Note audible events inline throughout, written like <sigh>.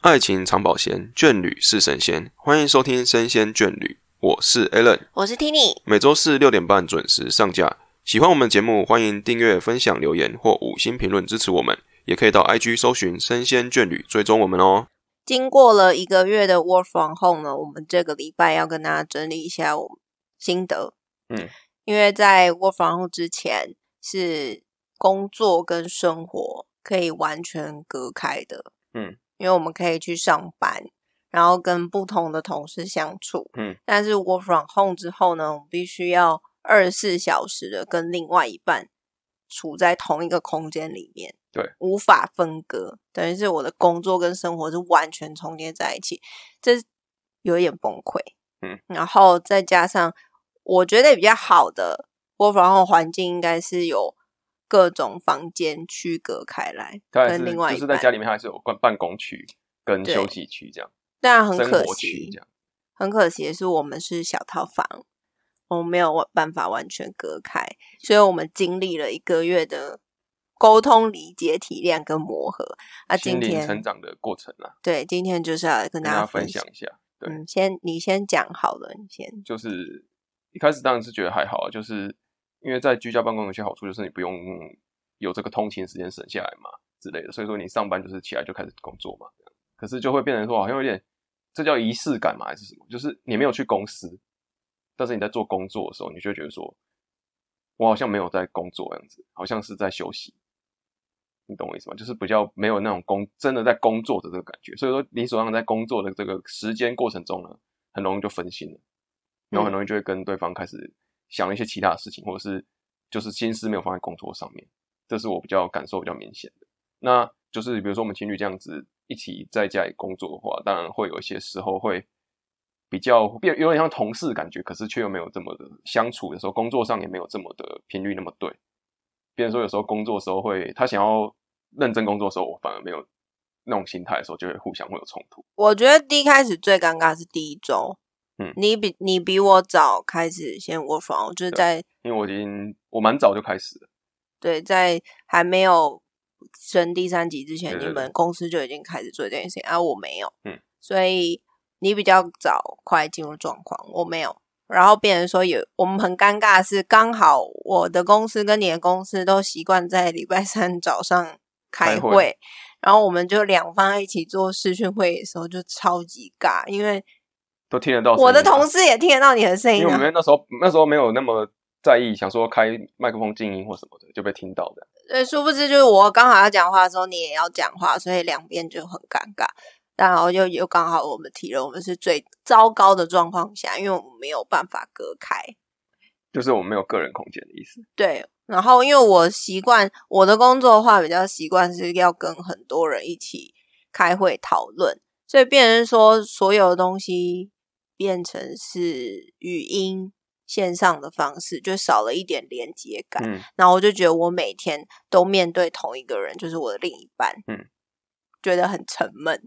爱情长保鲜，眷侣是神仙。欢迎收听《生鲜眷侣》，我是 Alan，我是 Tini，每周四六点半准时上架。喜欢我们节目，欢迎订阅、分享、留言或五星评论支持我们，也可以到 IG 搜寻“生鲜眷侣”追踪我们哦。经过了一个月的 work from home 呢，我们这个礼拜要跟大家整理一下我们心得。嗯，因为在 work from home 之前是工作跟生活可以完全隔开的。嗯，因为我们可以去上班，然后跟不同的同事相处。嗯，但是 work from home 之后呢，我们必须要二十四小时的跟另外一半处在同一个空间里面。无法分割，等于是我的工作跟生活是完全重叠在一起，这有一点崩溃。嗯，然后再加上我觉得比较好的 work from home 环境应该是有各种房间区隔开来，它还是跟另外一就是半在家里面还是有办办公区跟对休息区这样，但很生可活区惜这，样。很可惜的是我们是小套房，我们没有办法完全隔开，所以我们经历了一个月的沟通、理解、体谅跟磨合。啊，心今灵成天长的过程啊，对，今天就是要来跟跟大大家家分享享。一下。对嗯，先你先讲好了，你先。就是一开始当然是觉得还好啊，就是因为在居家办公有些好处就是你不用有这个通勤时间省下来嘛之类的，所以说你上班就是起来就开始工作嘛。这样可是就会变成说好像有点这叫仪式感嘛还是什么？就是你没有去公司，但是你在做工作的时候，你就会觉得说，我好像没有在工作样子，好像是在休息。你懂我意思吗？就是比较没有那种工真的在工作的这个感觉，所以说你所上在工作的这个时间过程中呢，很容易就分心了。然后很容易就会跟对方开始想一些其他的事情，或者是就是心思没有放在工作上面，这是我比较感受比较明显的。那就是比如说我们情侣这样子一起在家里工作的话，当然会有一些时候会比较变有点像同事感觉，可是却又没有这么的相处的时候，工作上也没有这么的频率那么对。别人说有时候工作的时候会他想要认真工作的时候，我反而没有那种心态的时候，就会互相会有冲突。我觉得第一开始最尴尬是第一周，嗯你比你比我早开始先 work from home，就是对在因为我已经我蛮早就开始了。对在还没有升第三级之前，对对对你们公司就已经开始做这件事情，而、啊我没有，嗯，所以你比较早快进入状况，我没有。然后别人说有，我们很尴尬的是，刚好我的公司跟你的公司都习惯在礼拜三早上开开会，会然后我们就两方一起做视讯会议的时候就超级尬，因为都听得到声音啊。我的同事也听得到你的声因音、为我啊，们那时候那时候没有那么在意，想说开麦克风静音或什么的就被听到的。对，殊不知就是我刚好要讲话的时候，你也要讲话，所以两边就很尴尬。然后又又刚好我们提了，我们是最糟糕的状况下，因为我们没有办法隔开。就是我们没有个人空间的意思，对，然后因为我习惯我的工作的话，比较习惯是要跟很多人一起开会讨论，所以变成说所有的东西变成是语音线上的方式，就少了一点连接感。嗯，然后我就觉得我每天都面对同一个人，就是我的另一半，嗯，觉得很沉闷，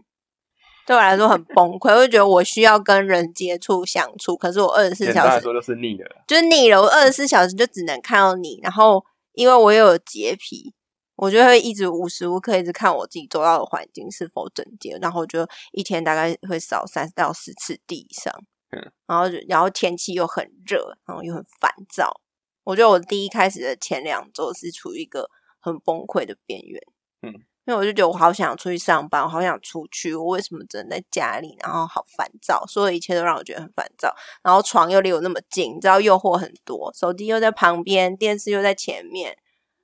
对我来说很崩溃。我就觉得我需要跟人接触相处，可是我二十四简单小来时说就是腻了。就是腻了，我二十四小时就只能看到你。然后因为我又有洁癖，我就会一直无时无刻一直看我自己周遭的环境是否整洁，然后我就一天大概会扫三到四次地以上。嗯，然后就然后天气又很热，然后又很烦躁。我觉得我第一开始的前两周是处于一个很崩溃的边缘。嗯，因为我就觉得我好想出去上班，我好想出去，我为什么只能在家里？然后好烦躁，所有的一切都让我觉得很烦躁。然后床又离我那么近，你知道诱惑很多，手机又在旁边，电视又在前面，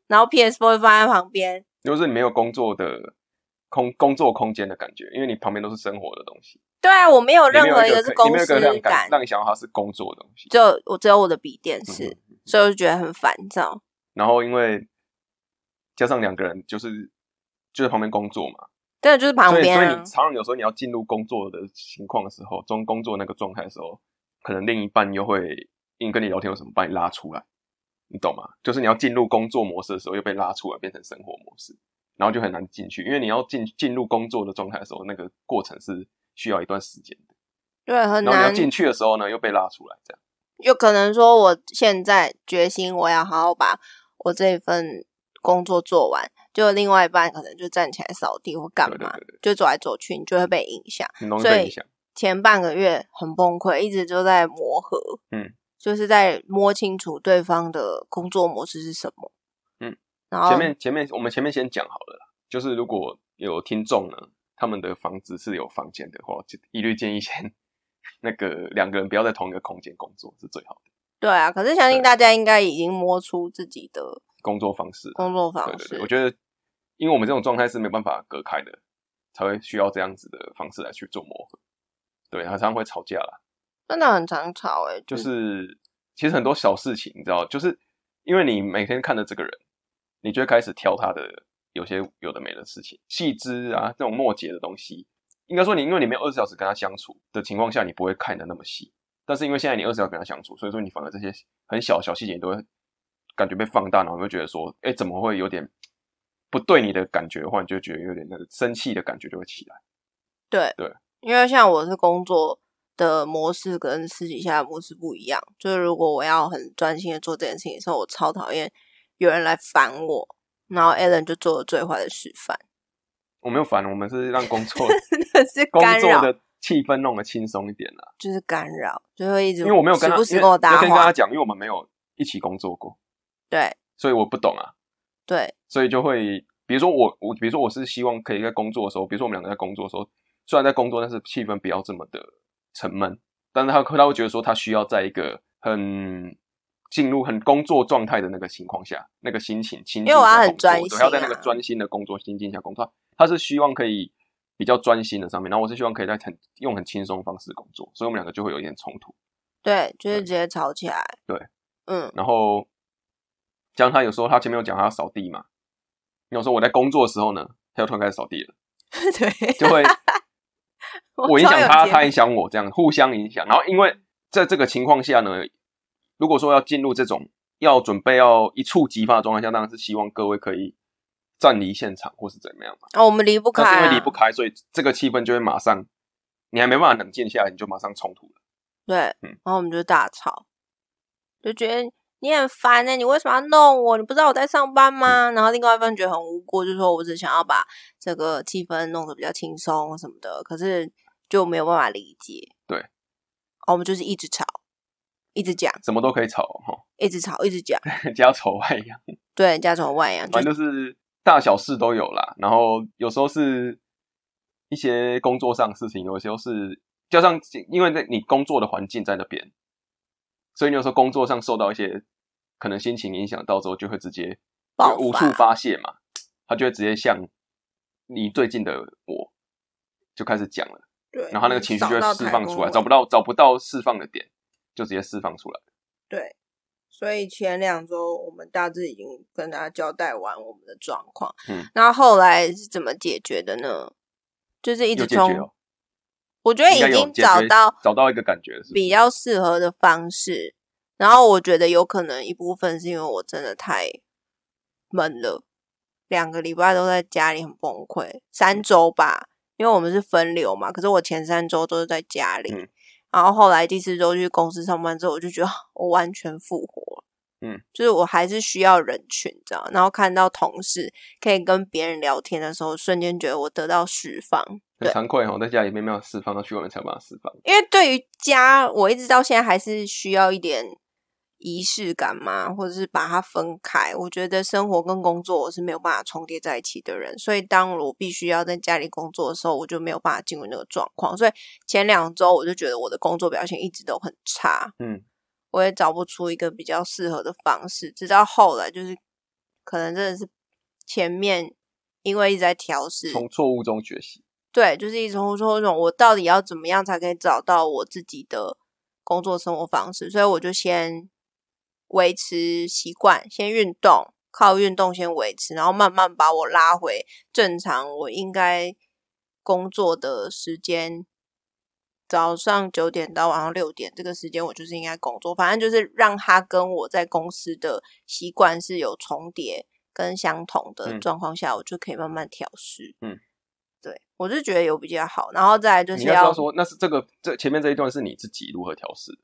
然后 PS4 放在旁边，就是你没有工作的空工作空间的感觉，因为你旁边都是生活的东西，对啊，我没有任你何没一有个一是个公你没有一司个让感，让你想要它是工作的东西。只有我只有我的笔电视，嗯所以我就觉得很烦躁。然后因为加上两个人就是就在旁边工作嘛，真的就是旁所以，边所以你啊常，常有时候你要进入工作的情况的时候，中工作那个状态的时候，可能另一半又会因为跟你聊天有什么把你拉出来，你懂吗？就是你要进入工作模式的时候，又被拉出来变成生活模式，然后就很难进去，因为你要进进入工作的状态的时候，那个过程是需要一段时间的。对，然很后你要难。进去的时候呢，又被拉出来，这样有可能说，我现在决心我要好好把我这一份工作做完，就另外一半可能就站起来扫地或干对对嘛对，就走来走去，你就会被影响。很容易所被以影响。前半个月很崩溃，一直就在磨合，嗯，就是在摸清楚对方的工作模式是什么，嗯，然后前面前面我们前面先讲好了啦，就是如果有听众呢，他们的房子是有房间的话，就一律建议先 <laughs> 那个两个人不要在同一个空间工作是最好的对啊，可是相信对大家应该已经摸出自己的工作方式啊。工作方对对式，对，我觉得因为我们这种状态是没有办法隔开的，才会需要这样子的方式来去做磨合。对，常常会吵架啦，真的很常吵哎、就是其实很多小事情，你知道，就是因为你每天看着这个人，你就会开始挑他的有些有的没的事情，细枝啊这种末节的东西。应该说你因为你没有二十小时跟他相处的情况下，你不会看得那么细。但是因为现在你二十小时跟他相处，所以说你反而这些很小的小细节你都会感觉被放大，然后你会觉得说，哎，怎么会有点不对你的感觉的话，你就会觉得有点那个生气的感觉就会起来。因为像我是工作的模式跟私底下的模式不一样，就是如果我要很专心的做这件事情的时候，我超讨厌有人来烦我，然嗯后 Alan 就做了最坏的示范，我没有烦，我们是让工作真的是工 <laughs> 干作扰，的气氛弄得轻松一点啊啦。就是干扰，就会一直因为我没有跟时他，不时跟我因为搭先跟他话，讲，因为我们没有一起工作过，对所以我不懂啊，对所以就会，比如说我我，比如说我是希望可以在工作的时候，比如说我们两个在工作的时候，虽然在工作，但是气氛不要这么的沉闷，但是他他会觉得说他需要在一个很进入很工作状态的那个情况下，那个心情心境因为我要下很工作专对心要在那啊个专心的工作心境下工作，他是希望可以。比较专心的上面，然后我是希望可以在很用很轻松的方式工作，所以我们两个就会有一点冲突。对，就是直接吵起来，对，嗯， <laughs> 然后像他有时候他前面有讲他要扫地嘛，有时候我在工作的时候呢，他就突然开始扫地了，对，就 <laughs> 会我影超响有他，洁他癖影响我，这样互相影响。然后因为在这个情况下呢，如果说要进入这种要准备要一触即发的状态下，当然是希望各位可以站离现场或是怎么样嘛。哦，我们离不开、但啊，是因为离不开，所以这个气氛就会马上，你还没办法冷静下来，你就马上冲突了。对，嗯然后我们就大吵，就觉得你很烦欸呢、你为什么要弄我？你不知道我在上班嗯吗？然后另外一方觉得很无辜，就说我只想要把这个气氛弄得比较轻松什么的，可是就没有办法理解。对然后我们就是一直吵，一直讲，什么都可以吵哦哈、 <laughs> 一直吵，一直讲，哦，家丑外扬。对，家丑外扬，就反正就是大小事都有啦。然后有时候是一些工作上的事情，有时候是加上因为那你工作的环境在那边，所以你有时候工作上受到一些可能心情影响，到之后就会直接爆无发处发泄嘛，他就会直接向你最近的我就开始讲了，对，然后他那个情绪就会嗯扫到释台放风出来，尾找不到找不到释放的点，就直接释放出来。对，所以前两周我们大致已经跟大家交代完我们的状况，嗯，那后来是怎么解决的呢？就是一直有解从，决哦我觉得应该已有经解决找到找到一个感觉是不是比较适合的方式，然后我觉得有可能一部分是因为我真的太闷了，两个礼拜都在家里很崩溃，三周吧，因为我们是分流嘛，可是我前三周都是在家里，嗯然后后来第四周去公司上班之后，我就觉得啊我完全复活了。嗯，就是我还是需要人群，你知道？然后看到同事可以跟别人聊天的时候，瞬间觉得我得到释放。很惭愧哦，在家里面没有释放，要去外面才把它释放。因为对于家，我一直到现在还是需要一点仪式感嘛，或者是把它分开。我觉得生活跟工作我是没有办法重叠在一起的人，所以当我必须要在家里工作的时候，我就没有办法进入那个状况。所以前两周我就觉得我的工作表现一直都很差，嗯，我也找不出一个比较适合的方式，直到后来就是可能真的是前面因为一直在调试，从错误中学习。对，就是一种说一种我到底要怎么样才可以找到我自己的工作生活方式，所以我就先维持习惯，先运动，靠运动先维持，然后慢慢把我拉回正常，我应该工作的时间。早上九点到晚上六点这个时间，我就是应该工作，反正就是让他跟我在公司的习惯是有重叠跟相同的嗯状况下，我就可以慢慢调试。嗯，对我是觉得有比较好，然后再来就你是应该知要道说，那是这个这前面这一段是你自己如何调试的。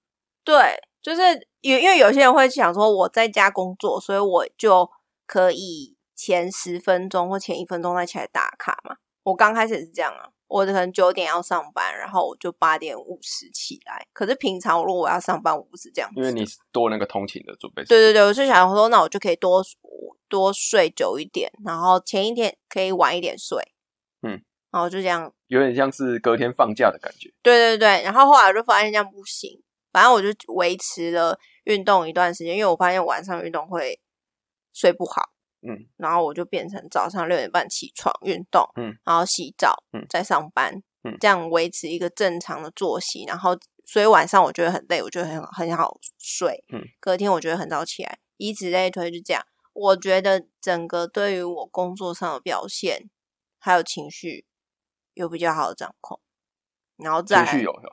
对，就是因因为有些人会想说我在家工作，所以我就可以前十分钟或前一分钟再起来打卡嘛。我刚开始也是这样啊，我可能九点要上班，然后我就八点五十起来。可是平常如果我要上班，我不是这样子因的，为你多那个通勤的准备时间。对对对，我是想说，那我就可以多多睡久一点，然后前一天可以晚一点睡，嗯，然后就这样，有点像是隔天放假的感觉。对对对，然后后来我就发现这样不行，反正我就维持了运动一段时间，因为我发现晚上运动会睡不好，嗯，然后我就变成早上六点半起床运动，嗯，然后洗澡，嗯再上班，嗯这样维持一个正常的作息，然后所以晚上我觉得很累，我觉得很很好睡，嗯，隔天我觉得很早起来，以此类推，就这样。我觉得整个对于我工作上的表现还有情绪有比较好的掌控，然后再情来绪有有，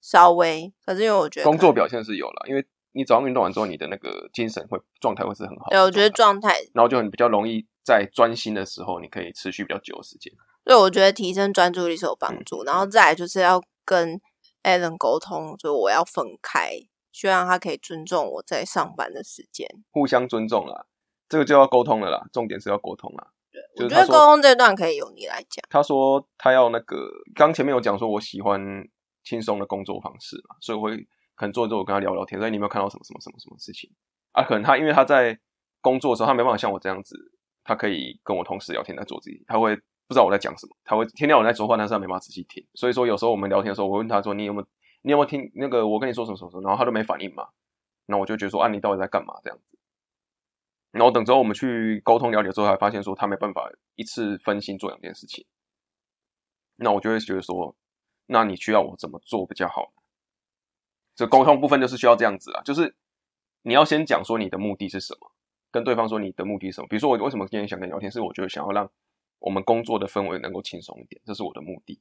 稍微，可是因为我觉得工可作能表现是有了，因为你早上运动完之后，你的那个精神会状态会是很好的状对，态。我觉得状态，然后就很比较容易在专心的时候，你可以持续比较久的时间。对我觉得提升专注力是有嗯帮助。然后再来就是要跟 Alan 沟通，就我要分开，希望他可以尊重我在上班的时间。互相尊重啦，这个就要沟通了啦，重点是要沟通啊啦。对就是我觉他得说沟通这段可以由你来讲，他说他要那个，刚前面有讲说我喜欢轻松的工作方式嘛，所以我会可能做一做，我跟他聊聊天，所以你有没有看到什么什么什么什么事情啊？可能他因为他在工作的时候，他没办法像我这样子，他可以跟我同时聊天在做自己，他会不知道我在讲什么，他会听到我在说话，但是他没办法仔细听。所以说有时候我们聊天的时候，我问他说你有没有你有没有听那个我跟你说什么什么什么，然后他都没反应嘛，然后我就觉得说啊你到底在干嘛这样子。然后等之后我们去沟通了解之后，才发现说他没办法一次分心做两件事情。那我就会觉得说，那你需要我怎么做比较好？这沟通部分就是需要这样子啊，就是你要先讲说你的目的是什么，跟对方说你的目的是什么。比如说我为什么今天想跟你聊天，是我觉得想要让我们工作的氛围能够轻松一点，这是我的目的。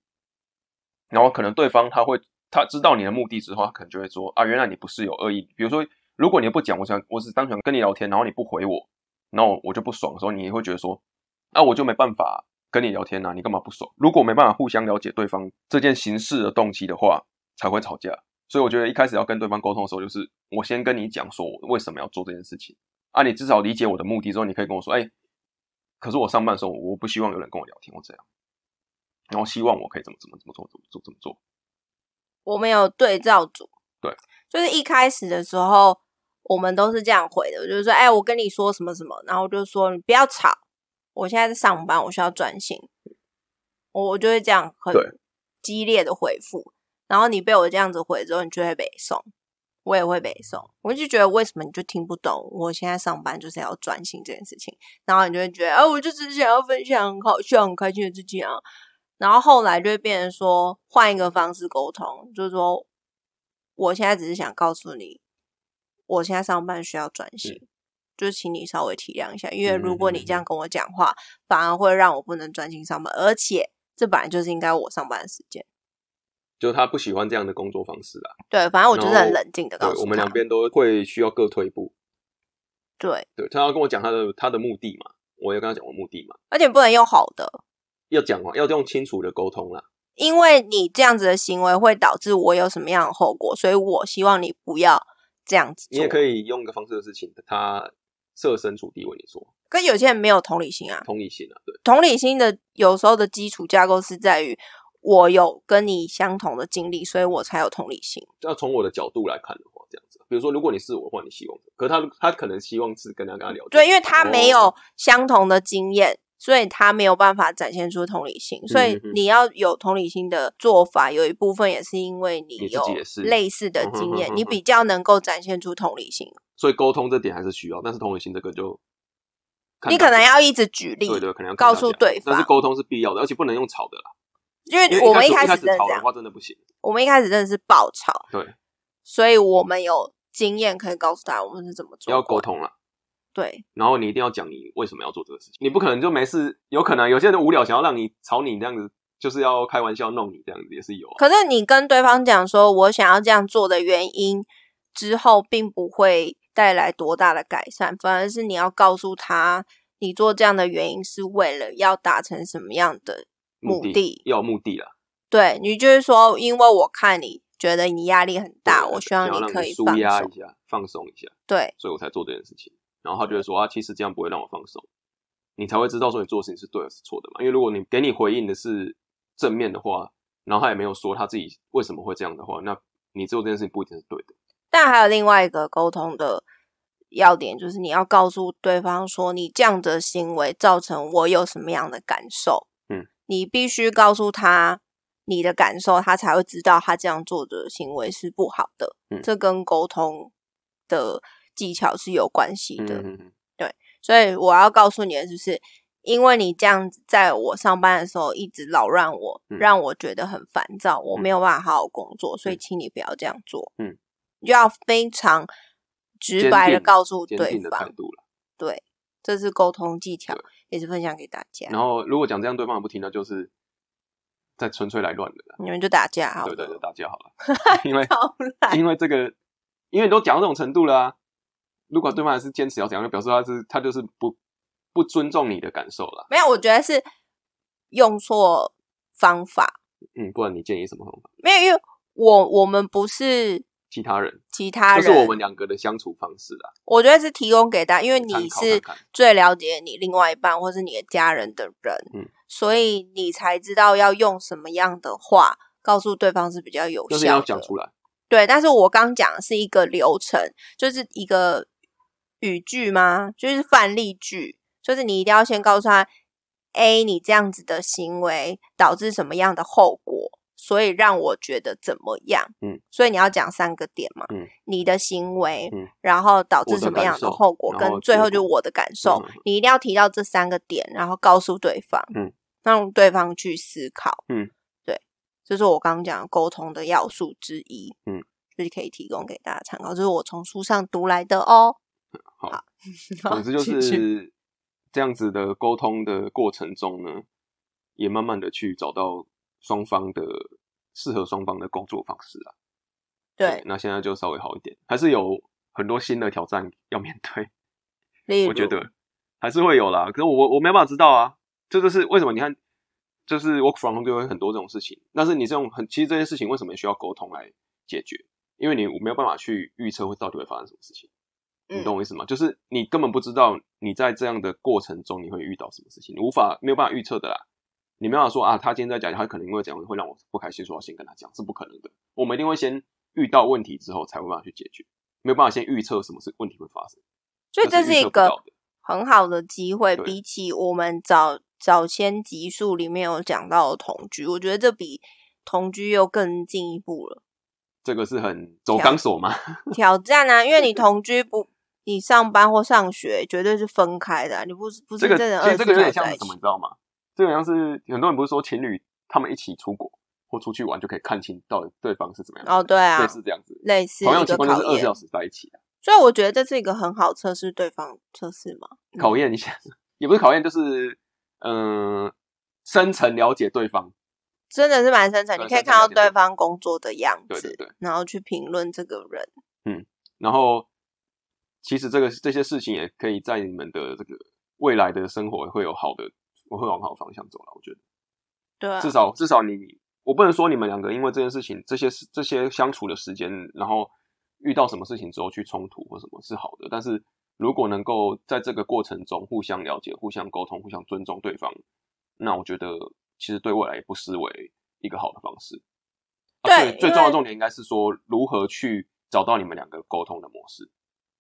然后可能对方他会他知道你的目的之后，他可能就会说啊，原来你不是有恶意。比如说，如果你不讲，我想我只单纯跟你聊天，然后你不回我，然后我就不爽的时候，你也会觉得说，那、我就没办法跟你聊天啊，你干嘛不爽？如果没办法互相了解对方这件形式的动机的话，才会吵架。所以我觉得一开始要跟对方沟通的时候，就是我先跟你讲说我为什么要做这件事情啊，你至少理解我的目的之后，你可以跟我说，哎、可是我上班的时候，我不希望有人跟我聊天或这样，然后希望我可以怎么怎么怎么做怎么做怎么做，我们有对照组，对，就是一开始的时候我们都是这样回的，我就是说，哎、我跟你说什么什么，然后我就说你不要吵，我现在在上班，我需要专心，我我就会这样很对激烈的回复，然后你被我这样子回之后，你就会北送，我也会北送，我就觉得为什么你就听不懂？我现在上班就是要专心这件事情，然后你就会觉得，哦，我就只是想要分享很好笑、很开心的事情啊。然后后来就会变成说，换一个方式沟通，就是说，我现在只是想告诉你，我现在上班需要专心，就请你稍微体谅一下，因为如果你这样跟我讲话，反而会让我不能专心上班，而且这本来就是应该我上班的时间。就是他不喜欢这样的工作方式啊。对，反正我就是然后很冷静的告诉他，边都会需要各退一步。对，对他要跟我讲他的他的目的嘛，我也跟他讲我目的嘛，而且不能用好的，要讲啊，要用清楚的沟通啦。因为你这样子的行为会导致我有什么样的后果，所以我希望你不要这样子你做。也可以用一个方式的事情，他设身处地为你说，可是有些人没有同理心啊，同理心啊，对，同理心的有时候的基础架构是在于我有跟你相同的经历，所以我才有同理心。要从我的角度来看的话，这样子。比如说，如果你是我的话，你希望，可是他他可能希望是跟他跟他聊天，对，因为他没有哦相同的经验，所以他没有办法展现出同理心。所以嗯嗯你要有同理心的做法，有一部分也是因为你你自己有也是类似的嗯哼经哼验，哼你哼比较能够展现出同理心。所以沟通这点还是需要，但是同理心这个就看你大可能家要一直举例，对对，可能要看告大诉家对但是方，沟通是必要的，而且不能用吵的啦。因因为为我们一一开始始真的吵这的样，话，真的不行。我们一开始真的是爆吵，对，所以我们有经验可以告诉他我们是怎么做，要沟，通啦。对。然后你一定要讲你为什么要做这个事情，你不可能就没事，有可能有些人无聊想要让你吵你这样子，就是要开玩笑弄你这样子也是有啊。可是你跟对方讲说我想要这样做的原因之后，并不会带来多大的改善，反而是你要告诉他，你做这样的原因是为了要达成什么样的目的的。要有目的啦，对你就是说，因为我看你觉得你压力很大，对啊我希望想要让可以舒放压松一。下，放松一下，对所以我才做这件事情。然后他就会说啊，其实这样不会让我放松，你才会知道说你做的事情是对还是错的嘛。因为如果你给你回应的是正面的话，然后他也没有说他自己为什么会这样的话，那你做这件事情不一定是对的。但还有另外一个沟通的要点，就是你要告诉对方说，你这样的行为造成我有什么样的感受。嗯，你必须告诉他你的感受，他才会知道他这样做的行为是不好的。嗯这跟沟通的技巧是有关系的。嗯嗯嗯所以我要告诉你的就是，因为你这样子在我上班的时候一直扰乱我，嗯让我觉得很烦躁，我没有办法好好工作，所以嗯请你不要这样做。嗯，你就要非常直坚白的定告诉坚对定的态方，度了。对，这是沟通技巧对，也是分享给大家。然后如果讲这样对方也不听，那就是在纯粹来乱的啦。你们就打架好对了，对哎对，大家 <laughs> 好了，因为超懒因为这个，因为你都讲到这种程度了、啊，如果对方还是坚持要讲，就表示他是他就是不不尊重你的感受啦。没有，我觉得是用错方法，嗯，不然你建议什么方法？没有，因为我我们不是其他人，其他这人，是我们两个的相处方式啦。我觉得是提供给大家，因为你参考是看看最了解你另外一半或是你的家人的人，嗯所以你才知道要用什么样的话告诉对方是比较有就是效要的。讲出来。对，但是我刚讲的是一个流程，就是一个语句吗？就是范例句，就是你一定要先告诉他，A，你这样子的行为导致什么样的后果，所以让我觉得怎么样？嗯，所以你要讲三个点嘛，嗯，你的行为，嗯，然后导我致的什么感样的受后果，然跟后最结后就是果我的感受，嗯你一定要提到这三个点，然后告诉对方，嗯，让对方去思考，嗯，对，这是我刚刚讲的沟通的要素之一，嗯，就是可以提供给大家参考，这是我从书上读来的哦。好好，总之就继续是这样子的沟通的过程中呢，也慢慢的去找到双方的适合双方的工作方式啊。对，那现在就稍微好一点，还是有很多新的挑战要面对。例如我觉得还是会有啦，可是我我没办法知道啊，这就是为什么你看，就是 work from home 就会很多这种事情，但是你这种很其实这些事情为什么需要沟通来解决？因为你没有办法去预测会到底会发生什么事情，你嗯懂我意思吗？就是你根本不知道你在这样的过程中你会遇到什么事情，你无法没有办法预测的啦。你没办法说啊，他今天在讲，他可能因为讲会让我不开心，说要先跟他讲，是不可能的。我们一定会先遇到问题之后才会办法去解决，没有办法先预测什么是问题会发生。所以这预是一测不到个的很好的机会，对比起我们早早先集数里面有讲到的同居，我觉得这比同居又更进一步了。这个是很走钢索 <laughs> 嘛？挑战啊，因 <laughs> 为你同居不，你上班或上学绝对是分开的啊、你不是不是这个真的其实二十这个四有小点时像在是一什起么，你知道吗？这个像是很多人不是说情侣他们一起出国或出去玩就可以看清到底对方是怎么样，哦，对啊类，似这样子。类似同样一情个况就是考二十验小，时在一起啊，所以我觉得这是一个很好测试对方测试嘛。嗯考验一下，也不是考验，就是嗯、呃深层了解对方。真的是蛮深层，对啊你可以深层看了到解对对方工作的样对子，对对然后去评论这个人。然后其实这个这些事情也可以在你们的这个未来的生活会有好的，我会往好的方向走了。我觉得。对、啊，至少至少你，我不能说你们两个因为这件事情、这些事这些相处的时间，然后遇到什么事情之后去冲突或什么是好的。但是如果能够在这个过程中互相了解、互相沟通、互相尊重对方，那我觉得其实对未来也不失为一个好的方式。啊、对最最因为重要的重点应该是说如何去找到你们两个沟通的模式。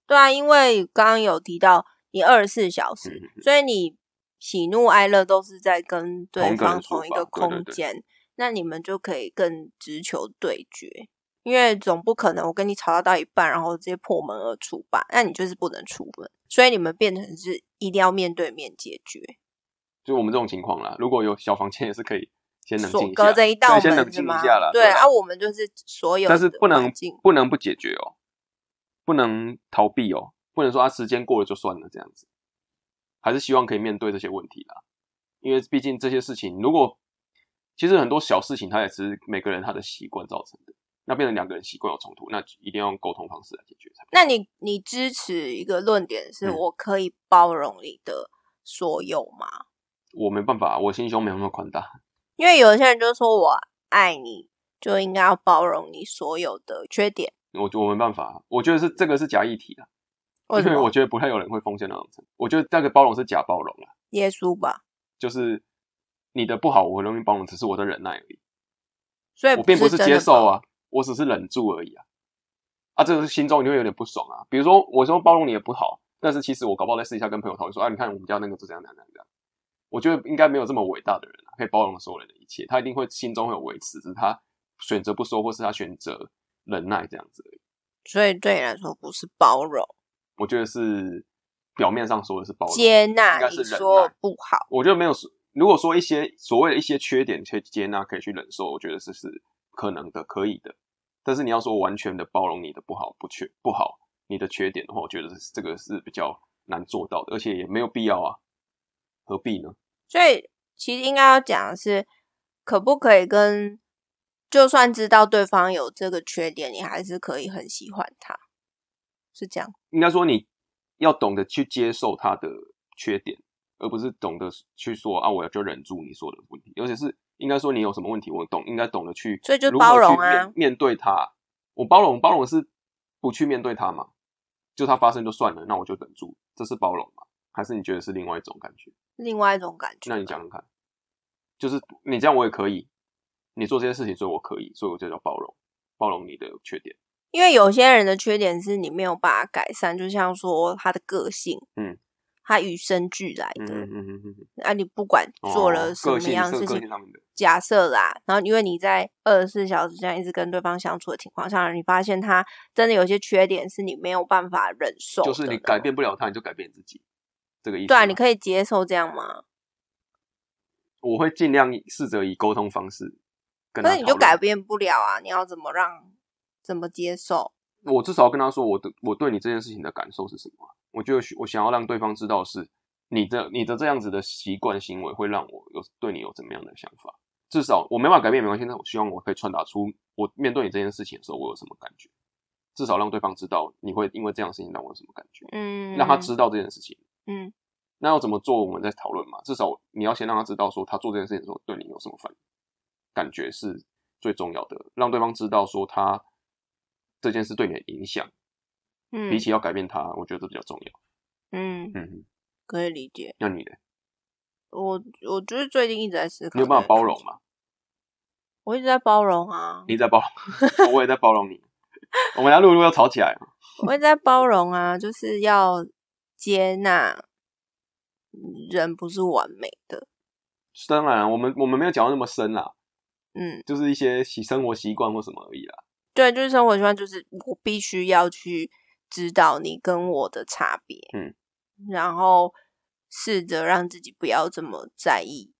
对啊，因为刚刚有提到你二十四小时，嗯所以你喜怒哀乐都是在跟对同一个人方抒同一发个对对空对间，那你们就可以更直球对决。因为总不可能我跟你吵架到一半，然后直接破门而出吧？那你就是不能出门，所以你们变成是一定要面对面解决。就我们这种情况啦，如果有小房间也是可以先冷静所一隔下，着一道对，先门冷是静一吗？下啦。对啦啊，我们就是所有的但环是境，不能不能不解决哦，不能逃避哦，不能说啊时间过了就算了这样子，还是希望可以面对这些问题啦。因为毕竟这些事情，如果其实很多小事情，它也是每个人他的习惯造成的，那变成两个人习惯有冲突，那一定要用沟通方式来解决才。那你你支持一个论点是嗯我可以包容你的所有吗？我没办法，我心胸没有那么宽大，因为有些人就说我爱你，就应该要包容你所有的缺点。我我没办法，啊我觉得是这个是假议题啦，啊为因什为么 <laughs> 我觉得不太有人会奉献那种程度，我觉得那个包容是假包容啦，啊耶稣吧，就是你的不好我容易包容，只是我的忍耐而已，所以我并不是真的接受包啊，我只是忍住而已啊。啊，这个是心中你会有点不爽啊。比如说，我说包容你也不好，但是其实我搞不好在私底下跟朋友讨论说，啊，你看我们家那个就这样、这样、这样这样。我觉得应该没有这么伟大的人啊，可以包容所有人的一切，他一定会心中会有维持，只是他选择不说，或是他选择忍耐这样子而已。所以对你来说不是包容，我觉得是表面上说的是包容，接应纳该你是忍说耐的不好，我觉得没有说，如果说一些所谓的一些缺点去接纳，可以去忍受，我觉得这是可能的，可以的。但是你要说完全的包容你的不好、不缺不好、你的缺点的话，我觉得这个是比较难做到的，而且也没有必要啊，何必呢？所以其实应该要讲的是，可不可以跟就算知道对方有这个缺点，你还是可以很喜欢他，是这样。应该说你要懂得去接受他的缺点，而不是懂得去说啊，我就忍住你说的问题，而且是应该说你有什么问题，我懂，应该懂得去，所以就包容啊面面对他。我包容，包容是不去面对他嘛，就他发生就算了，那我就忍住，这是包容嘛？还是你觉得是另外一种感觉？另外一种感觉，那你讲讲看，就是你这样我也可以，你做这些事情，所以我可以，所以我就叫包容，包容你的缺点。因为有些人的缺点是你没有办法改善，就像说他的个性，嗯，他与生俱来嗯的，嗯嗯嗯嗯嗯，那、啊你不管做了哦什么个性样是事个情，性上面的假设啦，然后因为你在二十四小时这样一直跟对方相处的情况下，你发现他真的有些缺点是你没有办法忍受的，就是你改。变不了他，你就改变自己，这个意思吗。对啊，你可以接受这样吗？我会尽量试着以沟通方式跟可他。是你就改，变不了啊！你要怎么让怎么接受？我至少要跟他说我的我对你这件事情的感受是什么啊。我就我想要让对方知道是你的你的这样子的习惯行为会让我有对你有怎么样的想法。至少我没办法改变没关系，但我希望我可以传达出我面对你这件事情的时候我有什么感觉，至少让对方知道你会因为这样的事情让我有什么感觉，嗯，让他知道这件事情。嗯，那要怎么做，我们再讨论嘛。至少你要先让他知道说他做这件事情的时候对你有什么反感觉是最重要的，让对方知道说他这件事对你的影响，嗯比起要改变他，我觉得这比较重要。嗯，嗯，可以理解。那你呢？我我就是最近一直在思考，你有办法包容？吗？我一直在包容啊，你在包 <laughs> 容，我也在包容你。我们来录一录要吵起来了，我一直在包容啊，就是要接纳人不是完美的，当然啊我们我们没有讲到那么深啦，嗯，就是一些习生活习惯或什么而已啦。对，就是生活习惯，就是我必须要去知道你跟我的差别，嗯，然后试着让自己不要这么在意。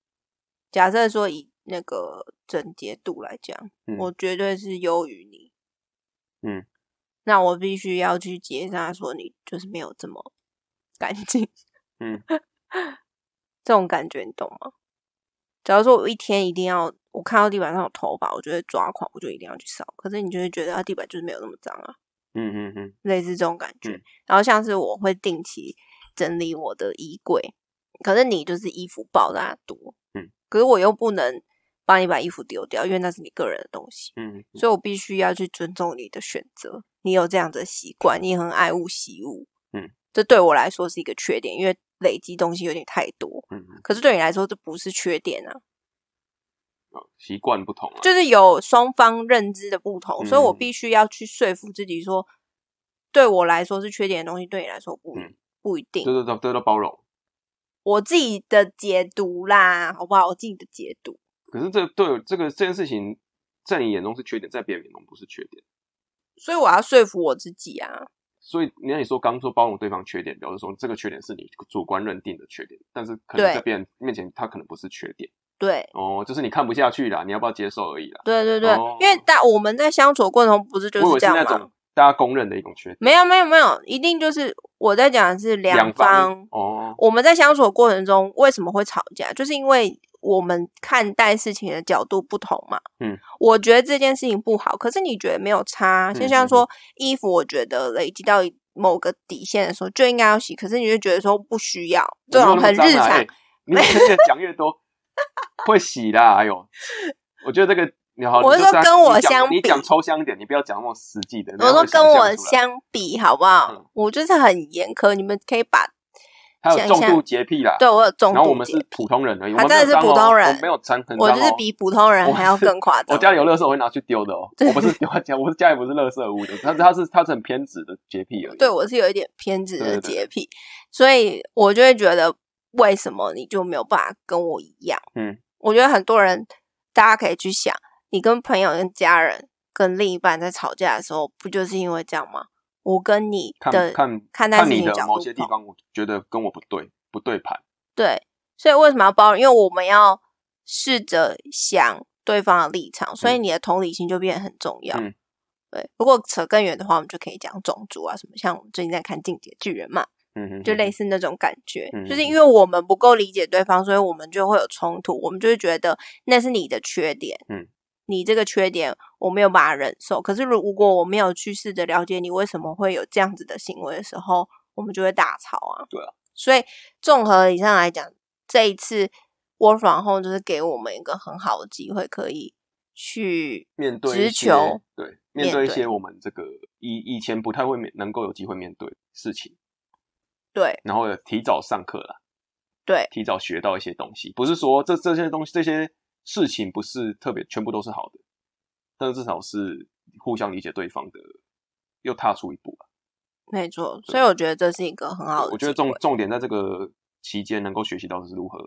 假设说以那个整洁度来讲，嗯我绝对是优于你，嗯，那我必须要去接纳说你就是没有这么干净，嗯， <laughs> 这种感觉你懂吗？假如说我一天一定要，我看到地板上有头发，我就会抓狂，我就一定要去扫。可是你就会觉得啊，地板就是没有那么脏啊，嗯嗯嗯，类似这种感觉。嗯然后像是我会定期整理我的衣柜，可是你就是衣服爆炸多，嗯，可是我又不能帮你把衣服丢掉，因为那是你个人的东西，嗯嗯，所以我必须要去尊重你的选择。你有这样的习惯，你也很爱物惜物，嗯，这对我来说是一个缺点，因为累积东西有点太多。嗯嗯，可是对你来说，这不是缺点啊，哦习惯不同啊。就是有双方认知的不同，嗯所以我必须要去说服自己说，对我来说是缺点的东西，对你来说不一、嗯不一定这。这这这都包容，我自己的解读啦，好不好？我自己的解读，可是这对这个这件事情，在你眼中是缺点，在别人眼中不是缺点。所以我要说服我自己啊。所以你那你说刚说包容对方缺点，表示说这个缺点是你主观认定的缺点，但是可能对在别人面前他可能不是缺点对，哦，就是你看不下去啦，你要不要接受而已啦。对对对，哦因为大我们在相处的过程中不是就我以是为这是样那吗种？大家公认的一种缺点，没有没有没有，一定就是我在讲的是两两方。哦，我们在相处的过程中为什么会吵架，就是因为我们看待事情的角度不同嘛。嗯，我觉得这件事情不好，可是你觉得没有差。啊就嗯像嗯说衣服，我觉得累积到某个底线的时候就应该要洗，可是你就觉得说不需要，这种很日常。哎你越讲越 <laughs> 多，会洗啦，哎呦，我觉得这个。你好，我你是就说这样跟我你讲相比你讲抽象一点，你不要讲那么实际的。我说跟我相相比好不好？嗯我就是很严苛，你们可以把他有想重度象洁癖啦，对我有重啊然后我度们洁是普通人而已，我他们没有真的是脏哦普通人我没有脏，很我就脏是哦比普通人我还要是更夸张。我家里有垃圾，我会拿去丢的哦。对我不是丢在家，我是家里不是垃圾屋的，他他是他是很偏执的洁癖而已。对我是有一点偏执对对的对洁癖，所以我就会觉得为什么你就没有办法跟我一样？嗯，我觉得很多人大家可以去想，你跟朋友、跟家人、跟另一半在吵架的时候，不就是因为这样吗？我跟你看的看看待看事你情的角某度些不地同方，我觉得跟我不对，不对盘。对，所以为什么要包容？因为我们要试着想对方的立场，所以你的同理心就变得很重要。嗯对，如果扯更远的话，我们就可以讲种族啊什么，像我们最近在看《进击的巨人》嘛，嗯哼，就类似那种感觉，嗯就是因为我们不够理解对方，所以我们就会有冲突，我们就会觉得那是你的缺点，嗯，你这个缺点我没有办法忍受。可是如果我没有去试着了解你为什么会有这样子的行为的时候，我们就会大吵啊。对啊，所以综合以上来讲，这一次 Work from Home 就是给我们一个很好的机会，可以去面对直一些球，对面面对一对些我们这个以以前不太会面能够有机会面对的事情，对然后也提早上课啦，对提早学到一些东西，不是说这这些东西这些事情不是特别全部都是好的，但至少是互相理解对方的，又踏出一步吧。没错。所以我觉得这是一个很好的，我觉得重。重点在这个期间能够学习到的是如何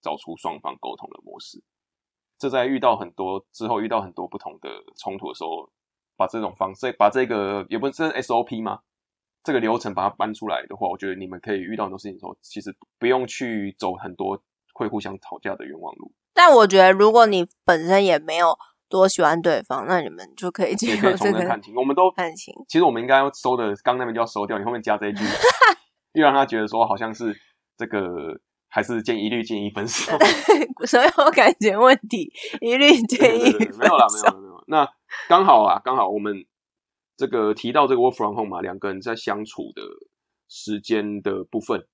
找出双方沟通的模式。这在遇到很多之后遇到很多不同的冲突的时候，把这种方式，把这个也不是这是 SOP 吗？这个流程把它搬出来的话，我觉得你们可以遇到很多事情的时候，其实不用去走很多会互相吵架的冤枉路，但我觉得，如果你本身也没有多喜欢对方，那你们就可以借也可由 <laughs> 以这从个这看清。我们都感情。其实我们应该要收的，刚那边就要收掉，你后面加这一句，又让他觉得说好像是这个，还是建议一律建议分手。所有感情问 <laughs> 题，一律建议对对对没有啦，没分手有没有没有。那刚好啊，刚好我们这个提到这个 work from home 嘛，两个人在相处的时间的部分，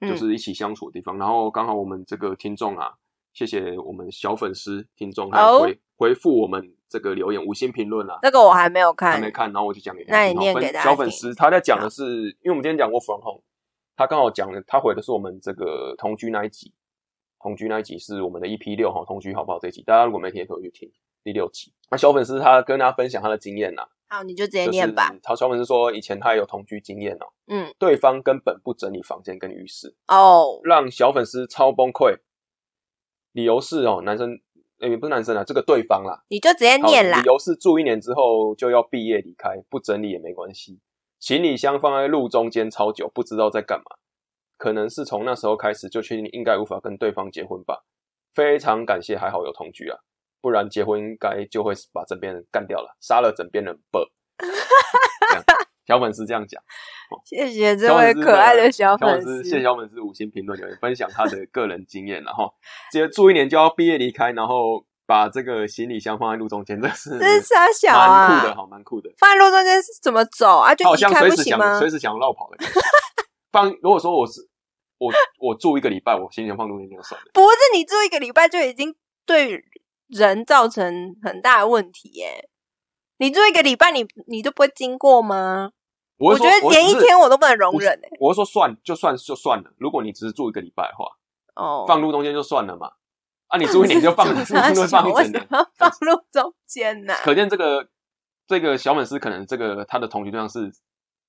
嗯就是一起相处的地方。然后刚好我们这个听众啊，谢谢我们小粉丝听众，还有哦回、回复我们这个留言五星评论啊，这个我还没有看，还没看，然后我就讲给他那听你好念分给大家小粉听丝他在讲的是，因为我们今天讲过 from home，他刚好讲的，他回的是我们这个同居那一集，同居那一集是我们的 EP 六哈，同居好不好这一集，大家如果没听也可以去听第六集。那小粉丝他跟大家分享他的经验呐、好，你就直接就是念吧。他小粉丝说以前他也有同居经验哦，嗯，对方根本不整理房间跟浴室，哦，让小粉丝超崩溃。理由是哦，男生诶、不是男生啊，这个对方啦，你就直接好念啦理。由是住一年之后就要毕业离开，不整理也没关系。行李箱放在路中间超久，不知道在干嘛。可能是从那时候开始就确定应该无法跟对方结婚吧。非常感谢，还好有同居啊，不然结婚应该就会把枕边人干掉了，杀了枕边人不。这样小粉丝这样讲，谢谢 <laughs> 这小位粉丝可爱的小小粉丝，丝，谢谢小粉丝五星评论留言，分享他的个人经验，啊然后直接住一年就要毕业离开，然后把这个行李箱放在路中间，这是这是傻小蛮酷的，啊！好，蛮酷的。放在路中间是怎么走啊？就他好移像开随不时行想吗随？时想绕跑的感觉。放如果说我是我我住一个礼拜，我先前放路边就算了。不是，你住一个礼拜就已经对人造成很大的问题耶。你住一个礼拜你，你就不会经过吗？我是觉说得连一不是天我都不能容忍哎、我是说算就算就算了，如果你只是住一个礼拜的话，哦，啊放路中间就算了嘛。啊，你住一年就放 <laughs> 住住他一年放小为一整年，什么要放路中间呢、可见这个这个小粉丝可能这个他的同学对象是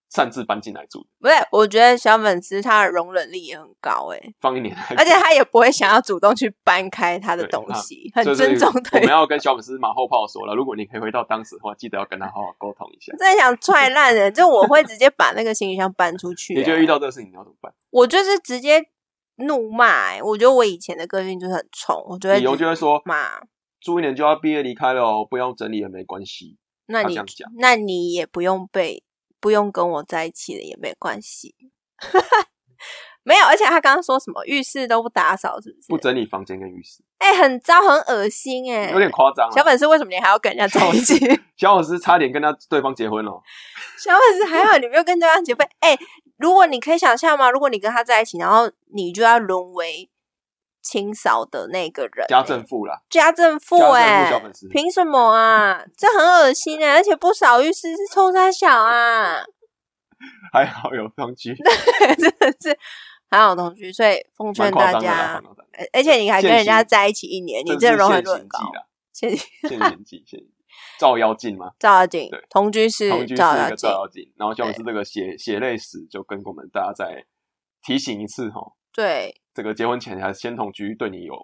擅自搬进来住的，不是，我觉得小粉丝他的容忍力也很高哎、放一年还而且他也不会想要主动去搬开他的东西，很就是尊重我对们方。要跟小粉丝马后炮说了，如果你可以回到当时的话，记得要跟他好好沟通一下。真的想踹烂人，就我会直接把那个行李箱搬出去、你就遇，到这个事情，你要怎么办？我就是直接怒骂、欸。我觉得我以前的个性就是很冲，我觉得理由就会说骂，住一年就要毕业离开了哦，不用整理也没关系。那他你这样讲那你也不用被不用跟我在一起了也没关系。 <laughs> 没有，而且他刚刚说什么浴室都不打扫，是不不是？整理房间跟浴室，哎、很糟，很恶心哎、有点夸张啊。小粉丝为什么你还要跟人家 <laughs> 在一起？ <laughs> 小粉丝差点跟他对方结婚了，哦小粉丝还好，你没有跟对方结婚。哎、如果你可以想象吗？如果你跟他在一起，然后你就要沦为清扫的那个人、家哎政妇 <laughs> 啦，家政妇家政妇哎、小粉丝凭什么啊？这很恶心哎、而且不扫浴室是冲他小啊， <laughs> 还好有双居。真的是很好的同居，所以奉蛮劝夸大张的啦，家蛮，夸张的而而且你还跟人家在一起一年，你这这是容忍现度很行高记。啦，谢谢现行记，现行记照妖镜吗？照妖镜对，同居是同居是照一妖个镜照，妖镜，然后教师这个血血泪史就跟我们大家再提醒一次哈，对。这个结婚前还是先同居对你有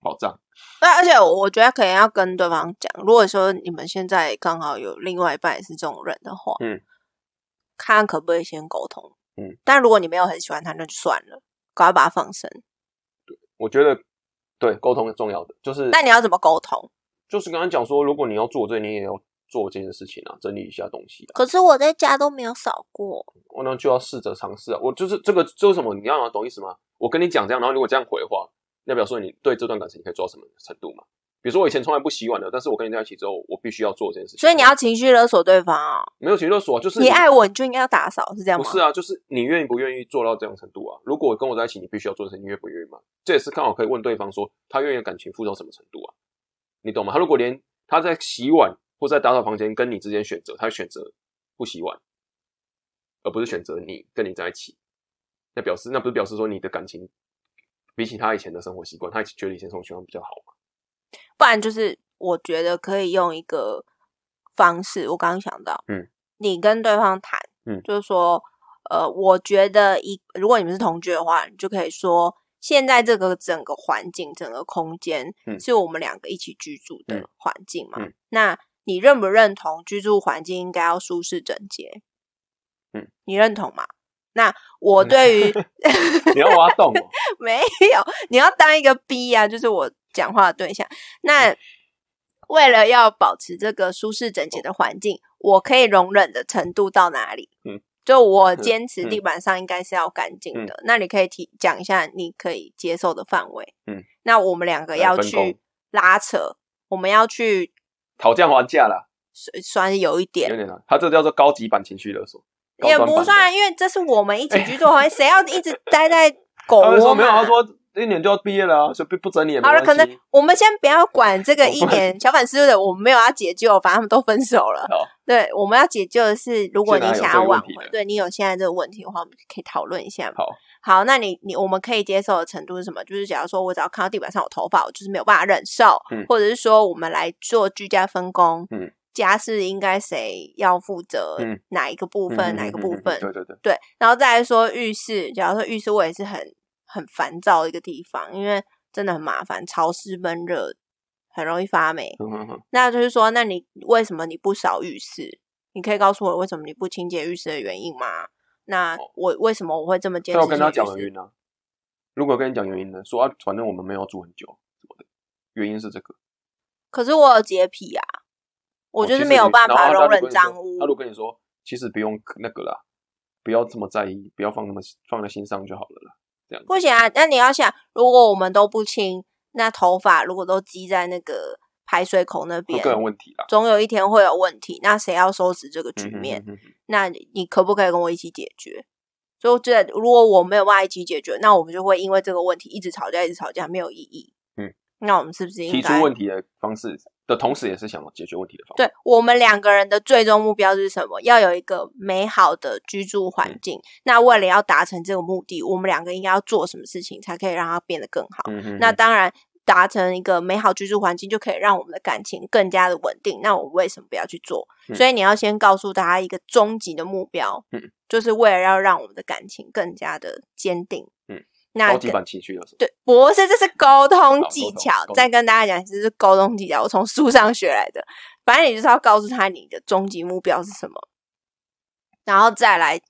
保障，那而且我觉得可能要跟对方讲，如果说你们现在刚好有另外一半也是这种人的话，嗯，看可不可以先沟通，嗯。但如果你没有很喜欢他，那就算了，赶快把他放生。我觉得对沟通是重要的，就是那你要怎么沟通？就是刚刚讲说，如果你要做这，你也要做这件事情啊，整理一下东西啊，可是我在家都没有扫过，我那就要试着尝试啊。我就是这个，这是什么？你要啊懂意思吗？我跟你讲这样，然后如果这样回的话，代表说你对这段感情你可以做到什么程度嘛？比如说我以前从来不洗碗的，但是我跟你在一起之后，我必须要做这件事情。所以你要情绪勒索对方啊、没有情绪勒索啊，就是你爱我，你就应该要打扫，是这样不吗？是啊，就是你愿意不愿意做到这种程度啊？如果跟我在一起，你必须要做的事情，你愿不愿意嘛？这也是刚好可以问对方说，他愿意感情付到什么程度啊？你懂吗？他如果连他在洗碗或在打扫房间跟你之间选择，他选择不洗碗，而不是选择你跟你在一起，那表示那不是表示说你的感情比起他以前的生活习惯，他觉得以前生活习惯比较好嘛？不然就是我觉得可以用一个方式，我刚刚想到，嗯，你跟对方谈，嗯就是说，呃，我觉得一如果你们是同居的话，你就可以说，现在这个整个环境、整个空间嗯是我们两个一起居住的嗯环境嘛，嗯那你认不认同居住环境应该要舒适整洁？嗯，你认同吗？那我 <laughs> 对于你要挖洞、哦，没有，你要当一个 B 啊，就是我讲话的对象。那嗯为了要保持这个舒适整洁的环境，我可以容忍的程度到哪里？嗯，就我坚持嗯地板上应该是要干净的。那你可以提讲一下你可以接受的范围。嗯，那我们两个来要分去工拉扯，我们要去讨价还价啦，虽算是有一点有。点啊难。他这叫做高级版情绪勒索，高也端不版的哎算，因为这是我们一起居住的环境，谁要一直待在 <laughs> 狗他们窝说没有，嘛？他说一年就要毕业了啊，所以不不整理也没哦关好了，系。可能我们先不要管这个一我们年小粉丝的，我们没有要解救，反正他们都分手了。好对，我们要解救的是，如果你现在有想这要个挽问题回，的对你有现在这个问题的话，我们可以讨论一下嘛。好，好，那你你我们可以接受的程度是什么？就是假如说我只要看到地板上有头发，我就是没有办法忍受，嗯或者是说我们来做居家分工，嗯，家事应该谁要负责嗯哪一个部分，哪一个部分，对对对，对，然后再来说浴室，假如说浴室我也是很很烦躁的一个地方，因为真的很麻烦，潮湿闷热，很容易发霉。嗯嗯嗯，那就是说，那你为什么你不扫浴室？你可以告诉我为什么你不清洁浴室的原因吗？那我为什么我会这么坚哦那持我跟清洁浴室？他讲原因呢？如果跟你讲原因呢，说啊，反正我们没有住很久什么的，原因是这个。哦可是我有洁癖啊，我就是没有办法容忍脏污他。如果跟你说，其实不用那个啦，不要这么在意，不要放那么放在心上就好了啦。不行啊，那你要想，如果我们都不清，那头发如果都积在那个排水口那边，个人问题啦，总有一天会有问题，那谁要收拾这个局嗯面？嗯那你你可不可以跟我一起解决？所以我觉得，如果我没有办法一起解决，那我们就会因为这个问题一直吵架，一直吵架，没有意义。嗯，那我们是不是应提出该问题的方式的同时，也是想解决问题的方式。对我们两个人的最终目标是什么？要有一个美好的居住嗯环境。那为了要达成这个目的，我们两个应该要做什么事情才可以让它变得更好？嗯嗯，那当然，达成一个美好居住环境，就可以让我们的感情更加的稳定。那我们为什么不要去做？嗯所以你要先告诉大家一个终极的目标，嗯，就是为了要让我们的感情更加的坚定。嗯，那高级个版情绪勒索。对，不是，这 <laughs> 是沟通技好巧沟。通再跟大家讲，这是沟通技巧，我从书上学来的。反正你就是要告诉他你的终极目标是什么，然后再来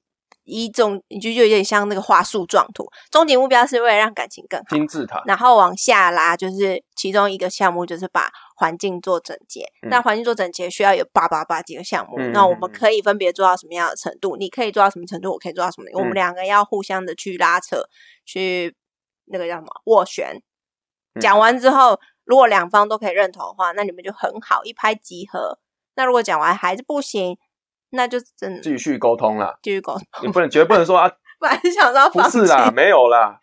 一种，你就就有点像那个画树状图。终极目标是为了让感情更好，金字塔，然后往下拉，就是其中一个项目就是把环境做整洁。嗯那环境做整洁需要有八八八几个项目，嗯那我嗯们嗯可以分别做到什么样的程度？你可以做到什么程度？我可以做到什么？我们嗯两个要互相的去拉扯，去那个叫什么斡旋。嗯讲完之后，如果两方都可以认同的话，那你们就很好，一拍即合。那如果讲完还是不行，那就真的继续沟通 <laughs> 啦，继续沟通。你不能绝对不能说啊，本来想到不 <laughs> 放弃是啦，没有啦，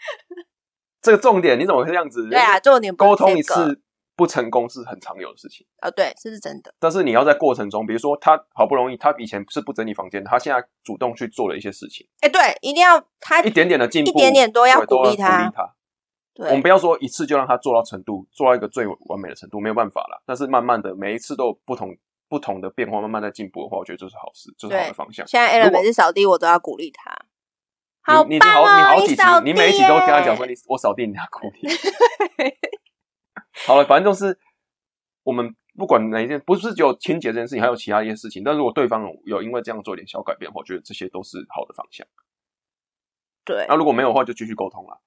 这个重点你怎么会这样子？对啊，重点不是沟通这一个次不成功是很常有的事情。啊，对，这是真的。但是你要在过程中，比如说他好不容易，他以前是不整理房间的，他现在主动去做了一些事情，哎，对，一定要他一点点的进步，一点点都要对都鼓要励他鼓励他。我们对不要说一次就让他做到程度，做到一个最完美的程度，没有办法啦。但是慢慢的，每一次都有不同不同的变化，慢慢在进步的话，我觉得这是好事，这是好对的方向。现在 a l 如果每次扫地我都要鼓励他，你你棒你好，你哦，好几集扫，地你每一集都跟他讲说 <laughs> 耶你我扫地，你要鼓 <laughs> 励。好了，反正就是我们不管哪一件，不是只有清洁这件事情，还有其他一些事情。但如果对方有因为这样做一点小改变的话，我觉得这些都是好的方向。对那如果没有的话，就继续沟通啦，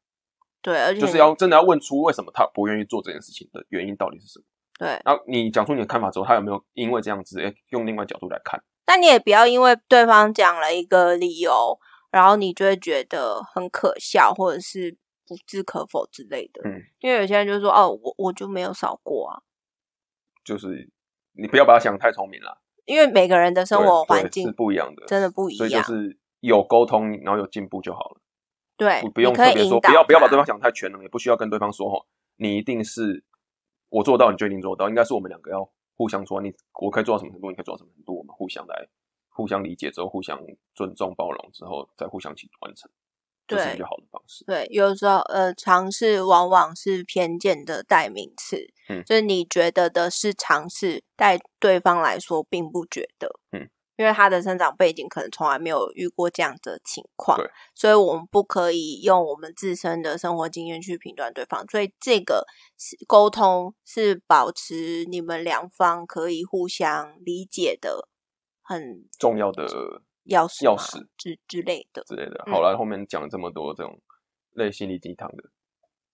对，而且就是要真的要问出为什么他不愿意做这件事情的原因到底是什么。对，然后你讲出你的看法之后，他有没有因为这样子，哎，用另外角度来看？但你也不要因为对方讲了一个理由，然后你就会觉得很可笑或者是不置可否之类的。嗯，因为有些人就说哦，我我就没有扫过啊，就是你不要把他想得太聪明了，因为每个人的生对活对环是境不一样的，真的不一所以就样，是有沟通，然后有进步就好了。对不，不你用可特以别引说，导不要不要把他对方想得太全能，也不需要跟对方说哦，你一定是我做到，你就一定做到，应该是我们两个要互相说，你我可以做到什么程度，你可以做到什么程度，我们互相来互相理解之后，互相尊重包容之后，再互相去完成，这是对比较好的方式。对，有时候呃，尝试往往是偏见的代名词，嗯就是你觉得的是尝试，但对方来说并不觉得，嗯，因为他的生长背景可能从来没有遇过这样的情况对，所以我们不可以用我们自身的生活经验去评断对方，所以这个是沟通是保持你们两方可以互相理解的，很重要的要匙钥吗匙之之类的，之类的，嗯好了，后面讲了这么多这种类心理鸡汤的，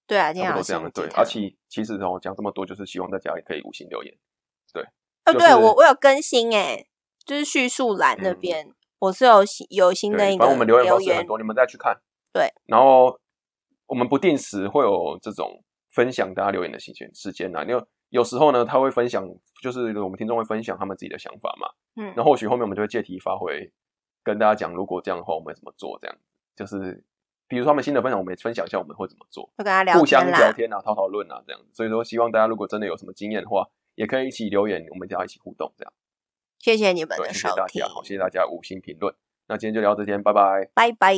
对啊，今差不天好多像这样的。对心理，鸡阿汤奇其实哦，讲这么多就是希望大家也可以五星留言。哦，就对是我我有更新哎、就是叙述栏那嗯边、我是有新有新对，的一反个正我们留言留方式言很，多，你们再去看。对，然后我们不定时会有这种分享大家留言的时间时间啦，因为有时候呢，他会分享，就是我们听众会分享他们自己的想法嘛。嗯那，或许后面我们就会借题发挥，跟大家讲，如果这样的话，我们会怎么做？这样就是，比如说他们新的分享，我们也分享一下我们会怎么做，就跟他聊互相天聊啦，天啊，讨讨论啊，这样子。所以说，希望大家如果真的有什么经验的话，也可以一起留言，我们大家一起互动，这样。谢谢你们对，的谢谢收大听家，，好，谢谢大家五星评论。那今天就聊到这边，拜拜。拜拜。